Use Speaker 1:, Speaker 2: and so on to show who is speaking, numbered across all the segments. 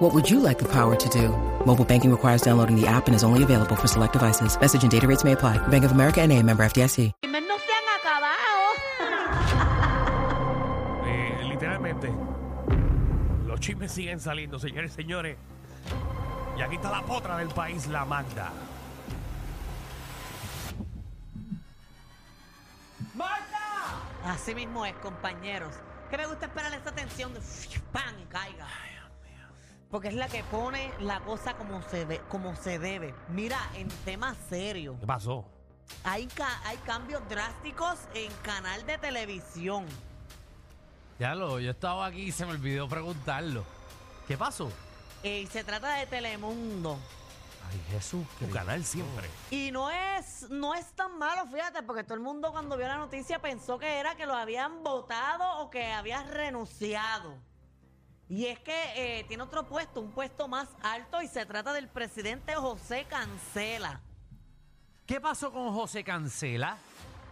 Speaker 1: What would you like the power to do? Mobile banking requires downloading the app and is only available for select devices. Message and data rates may apply. Bank of America and a member FDIC.
Speaker 2: Crimen no se han acabado.
Speaker 3: Eh, literalmente, los chismes siguen saliendo, señores y señores. Y aquí está la potra del país, la Magda.
Speaker 2: Así mismo es, compañeros. Que me gusta esperar esa tensión de pan y caiga. Porque es la que pone la cosa como se ve, como se debe. Mira, en tema serio,
Speaker 3: ¿Qué pasó?
Speaker 2: hay, ca- hay cambios drásticos en canal de televisión.
Speaker 4: Ya lo, yo estaba aquí y se me olvidó preguntarlo. ¿Qué pasó?
Speaker 2: Eh, y se trata de Telemundo.
Speaker 4: Ay, Jesús.
Speaker 3: Tu canal siempre.
Speaker 2: Y no es, no es tan malo, fíjate, porque todo el mundo cuando vio la noticia pensó que era que lo habían votado o que había renunciado. Y es que eh, tiene otro puesto, un puesto más alto, y se trata del presidente José Cancela.
Speaker 4: ¿Qué pasó con José Cancela?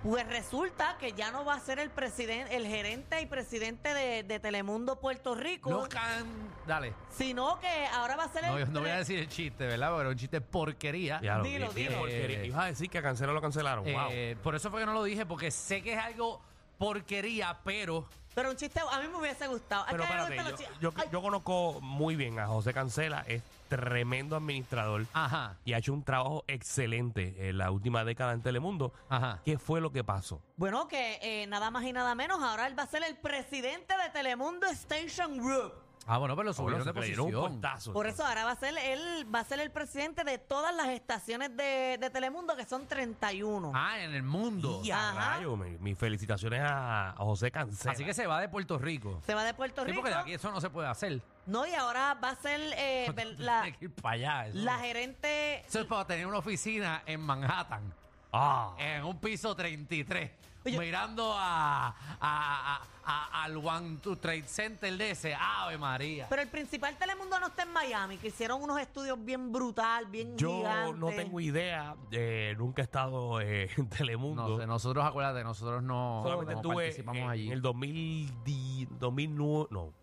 Speaker 2: Pues resulta que ya no va a ser el presidente, el gerente y presidente de, de Telemundo Puerto Rico,
Speaker 4: No can... Dale.
Speaker 2: sino que ahora va a ser
Speaker 4: No, yo
Speaker 2: el
Speaker 4: no voy a
Speaker 2: pre-
Speaker 4: decir el chiste, ¿verdad? Pero era un chiste porquería.
Speaker 3: Ya lo
Speaker 2: Dilo,
Speaker 3: vi,
Speaker 2: dilo.
Speaker 3: porquería.
Speaker 4: Eh,
Speaker 3: Ibas a decir que a Cancelo lo cancelaron. wow.
Speaker 4: Eh, Por eso fue que no lo dije, porque sé que es algo porquería, pero...
Speaker 2: Pero un chiste, a mí me hubiese gustado. Es
Speaker 3: Pero
Speaker 2: que a mí me
Speaker 3: espérate,
Speaker 2: gustan los
Speaker 3: yo-
Speaker 2: chi-
Speaker 3: yo,
Speaker 2: Ay,
Speaker 3: yo conozco muy bien a José Cancela, es tremendo administrador
Speaker 4: Ajá,
Speaker 3: y ha hecho un trabajo excelente en la última década en Telemundo.
Speaker 4: ajá.
Speaker 3: ¿Qué fue lo que pasó?
Speaker 2: Bueno, que eh, nada más y nada menos, ahora él va a ser el presidente de Telemundo Station Group.
Speaker 4: Ah, bueno, pero lo subieron
Speaker 3: Bueno, se
Speaker 4: de
Speaker 3: le dieron un
Speaker 4: posición.
Speaker 3: puestazo.
Speaker 2: Por eso ahora va a ser él va a ser el presidente de todas las estaciones de, de Telemundo, que son 31.
Speaker 4: Ah, en el mundo.
Speaker 3: Y a
Speaker 2: Ajá.
Speaker 3: rayo, mi- mis felicitaciones a, a José Cancela.
Speaker 4: Así que se va de Puerto Rico.
Speaker 2: Se va de Puerto
Speaker 4: Sí,
Speaker 2: Rico.
Speaker 4: porque de aquí eso no se puede hacer.
Speaker 2: No, y ahora va a ser eh, ver- la,
Speaker 4: Tiene que ir para allá. Eso.
Speaker 2: la gerente.
Speaker 4: Eso es para tener una oficina en Manhattan.
Speaker 3: Ah.
Speaker 4: en un piso 33,
Speaker 2: Oye.
Speaker 4: mirando a, a- a- a- al One Two Trade Center de ese. Ave María.
Speaker 2: Pero el principal Telemundo no está en Miami, que hicieron unos estudios bien brutal, bien
Speaker 3: Yo
Speaker 2: gigantes.
Speaker 3: no tengo idea, eh, nunca he estado eh, en Telemundo.
Speaker 4: No sé, nosotros, acuérdate, nosotros no,
Speaker 3: Solamente
Speaker 4: no
Speaker 3: estuve
Speaker 4: participamos
Speaker 3: en,
Speaker 4: allí.
Speaker 3: en el 2010, 2009, no,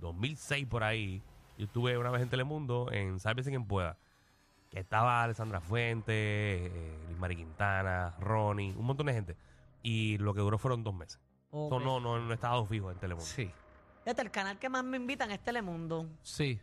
Speaker 3: 2006 por ahí. Yo estuve una vez en Telemundo, en Sálvese quien pueda. Que estaba Alessandra Fuentes, eh, Luis Mari Quintana, Ronnie, un montón de gente. Y lo que duró fueron dos meses.
Speaker 2: Ok.
Speaker 3: So, no, no, no he estado fijo en Telemundo.
Speaker 4: Sí,
Speaker 2: Fíjate, el canal que más me invitan es Telemundo.
Speaker 4: sí.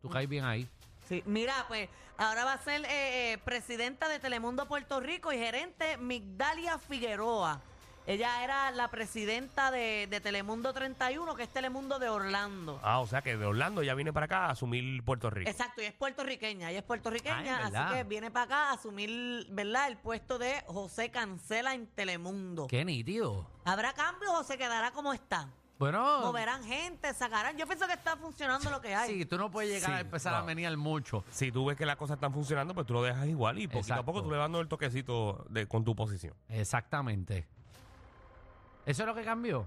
Speaker 4: Tú caes bien ahí.
Speaker 2: Sí, mira, pues ahora va a ser eh, eh, presidenta de Telemundo Puerto Rico y gerente Migdalia Figueroa. Ella era la presidenta de, de Telemundo 31, que es Telemundo de Orlando.
Speaker 3: Ah, o sea que de Orlando ya viene para acá a asumir Puerto Rico.
Speaker 2: Exacto, y es puertorriqueña, ella es
Speaker 4: Ah,
Speaker 2: puertorriqueña,
Speaker 4: es verdad.
Speaker 2: así que viene para acá a asumir, ¿verdad?, el puesto de José Cancela en Telemundo.
Speaker 4: Qué nítido.
Speaker 2: ¿Habrá cambios o se quedará como está?
Speaker 4: Bueno,
Speaker 2: Moverán gente, sacarán. Yo pienso que está funcionando lo que hay.
Speaker 4: sí, tú no puedes llegar
Speaker 3: Sí,
Speaker 4: a empezar
Speaker 3: no.
Speaker 4: a menear mucho.
Speaker 3: Si tú ves que las cosas están funcionando, pues tú lo dejas igual y poquito a
Speaker 4: Exacto.
Speaker 3: poco tú le vas dando el toquecito de, con tu posición.
Speaker 4: Exactamente. ¿Eso es lo que cambió?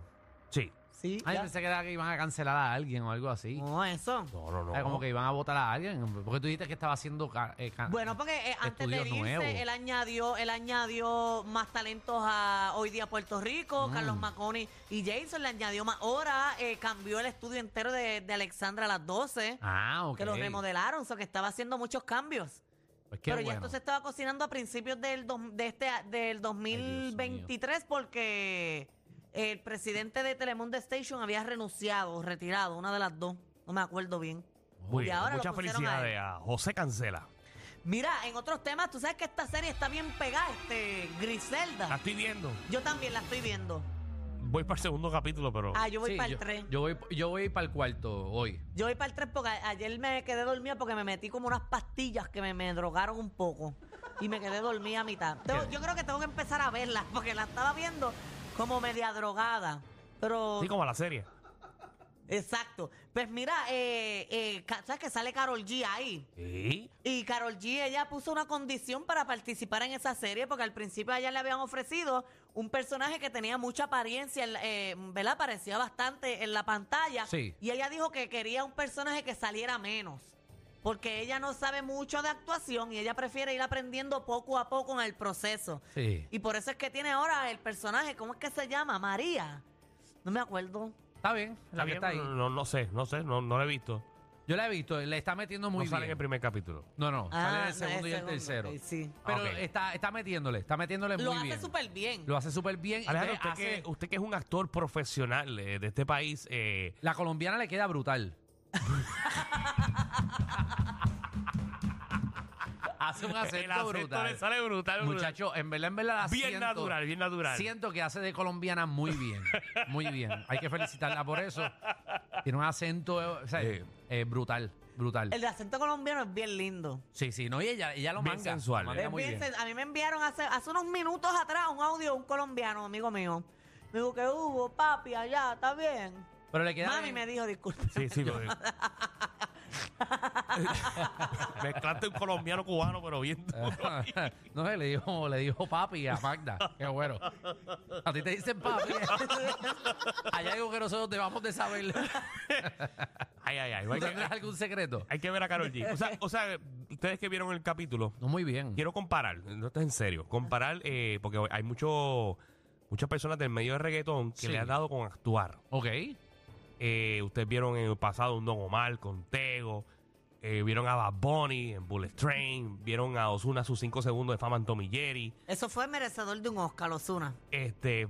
Speaker 3: Sí.
Speaker 2: Sí,
Speaker 4: Ay, pues
Speaker 2: ya.
Speaker 4: pensé que era que iban a cancelar a alguien o algo así.
Speaker 2: No, eso.
Speaker 3: No, no, no.
Speaker 4: Era como que iban a votar a alguien. Porque tú dijiste que estaba haciendo... ca- eh, ca-
Speaker 2: Bueno, porque eh, antes de
Speaker 4: Estudios
Speaker 2: irse,
Speaker 4: nuevos.
Speaker 2: él añadió, él añadió más talentos a hoy día Puerto
Speaker 4: Ah.
Speaker 2: Rico, Carlos Maconi y Jason le añadió más horas, eh, cambió el estudio entero de, de Alexandra a las 12,
Speaker 4: Ah, ok.
Speaker 2: que lo remodelaron, o sea que estaba haciendo muchos cambios.
Speaker 4: Pues qué
Speaker 2: Pero ya
Speaker 4: bueno.
Speaker 2: esto se estaba cocinando a principios del dos- de este a- del 2023 porque el presidente de Telemundo Station había renunciado, o retirado, una de las dos, no me acuerdo bien.
Speaker 3: Muy
Speaker 2: Y
Speaker 3: bien,
Speaker 2: ahora lo
Speaker 3: muchas
Speaker 2: pusieron a él.
Speaker 3: felicidades a, José Cancela.
Speaker 2: Mira, en otros temas, tú sabes que esta serie está bien pegada, este,
Speaker 3: La
Speaker 2: Griselda.
Speaker 3: estoy viendo.
Speaker 2: Yo también la estoy viendo.
Speaker 3: Voy para el segundo capítulo, pero.
Speaker 2: Ah, yo voy
Speaker 4: Sí,
Speaker 2: para el
Speaker 4: yo-
Speaker 2: 3. Yo,
Speaker 4: Yo voy, yo voy para el cuarto hoy.
Speaker 2: voy para el 3 porque a- ayer me quedé dormida porque me metí como unas pastillas que me, me drogaron un poco. Y me quedé dormida a mitad. Tengo- yo creo que tengo que empezar a verla porque la estaba viendo como media drogada. Pero
Speaker 3: Sí, como a la serie.
Speaker 2: Exacto. Pues mira, eh, eh, ca- ¿sabes que sale Carol G ahí?
Speaker 3: ¿Sí?
Speaker 2: Y Carol G, ella puso una condición para participar en esa serie, porque al principio a ella le habían ofrecido un personaje que tenía mucha apariencia, en la- eh, ¿verdad? Parecía bastante en la pantalla.
Speaker 4: Sí.
Speaker 2: Y ella dijo que quería un personaje que saliera menos, porque ella no sabe mucho de actuación y ella prefiere ir aprendiendo poco a poco en el proceso.
Speaker 4: Sí.
Speaker 2: Y por eso es que tiene ahora el personaje, ¿cómo es que se llama? María. No me acuerdo.
Speaker 4: Está bien,
Speaker 3: Está
Speaker 4: la que
Speaker 3: bien,
Speaker 4: está ahí.
Speaker 3: No, no sé, no sé, no, no lo he visto.
Speaker 4: Yo la he visto, le está metiendo muy
Speaker 3: no sale en el
Speaker 4: bien.
Speaker 3: primer capítulo.
Speaker 4: No, no, sale en
Speaker 2: Ah,
Speaker 4: el segundo y el
Speaker 2: segundo,
Speaker 4: tercero.
Speaker 2: ok, sí.
Speaker 4: Pero
Speaker 3: Ok.
Speaker 4: está, está metiéndole, está metiéndole
Speaker 2: Lo
Speaker 4: muy
Speaker 2: hace
Speaker 4: bien.
Speaker 2: súper bien.
Speaker 4: Lo hace súper bien. y
Speaker 3: Alejandro,
Speaker 4: te
Speaker 3: usted,
Speaker 4: hace-
Speaker 3: que, usted que es un actor profesional eh, de este país, eh,
Speaker 4: La colombiana le queda brutal. hace un acento,
Speaker 3: el acento
Speaker 4: brutal.
Speaker 3: le sale brutal. brutal.
Speaker 4: Muchacho, en verdad, en verdad la
Speaker 3: Bien
Speaker 4: siento-
Speaker 3: natural, bien natural.
Speaker 4: Siento que hace de colombiana muy bien, muy bien. Hay que felicitarla por eso. Tiene un acento eh, o sea,
Speaker 3: Sí.
Speaker 4: eh, brutal, brutal.
Speaker 2: El de acento colombiano es bien lindo.
Speaker 4: Sí, sí, no, y ella, ella lo
Speaker 3: Bien
Speaker 4: manga. lo
Speaker 3: sensual,
Speaker 4: manga
Speaker 3: eh.
Speaker 4: muy
Speaker 2: Es bien
Speaker 4: bien.
Speaker 2: sen- A mí me enviaron hace, hace unos minutos atrás un audio de un colombiano, amigo mío. Me dijo que hubo, papi, allá, está bien.
Speaker 4: Pero le queda
Speaker 2: Mami
Speaker 4: bien.
Speaker 2: me dijo, disculpe.
Speaker 3: Sí, sí, lo digo. Mezclaste un colombiano cubano, pero bien duro.
Speaker 4: no sé, le dijo, le dijo papi a Magda. Qué bueno. A ti te dicen papi. Hay algo que nosotros debamos de saber.
Speaker 3: Ay, ay, ay.
Speaker 4: ¿Tú
Speaker 3: Hay que,
Speaker 4: tendrás algún secreto?
Speaker 3: hay que ver a Carol G. O sea, o sea, ustedes que vieron el capítulo,
Speaker 4: No, muy bien.
Speaker 3: quiero comparar, no estás en serio, comparar, eh, porque hay mucho, muchas personas del medio de reggaetón que
Speaker 4: Sí.
Speaker 3: le han dado con actuar.
Speaker 4: Ok.
Speaker 3: Eh, ustedes vieron en el pasado un Don Omar con Tego. eh, vieron a Bad Bunny en Bullet Train. Vieron a Osuna sus 5 segundos de fama en Tommy Jerry.
Speaker 2: Eso fue merecedor de un Oscar, Osuna.
Speaker 3: Este,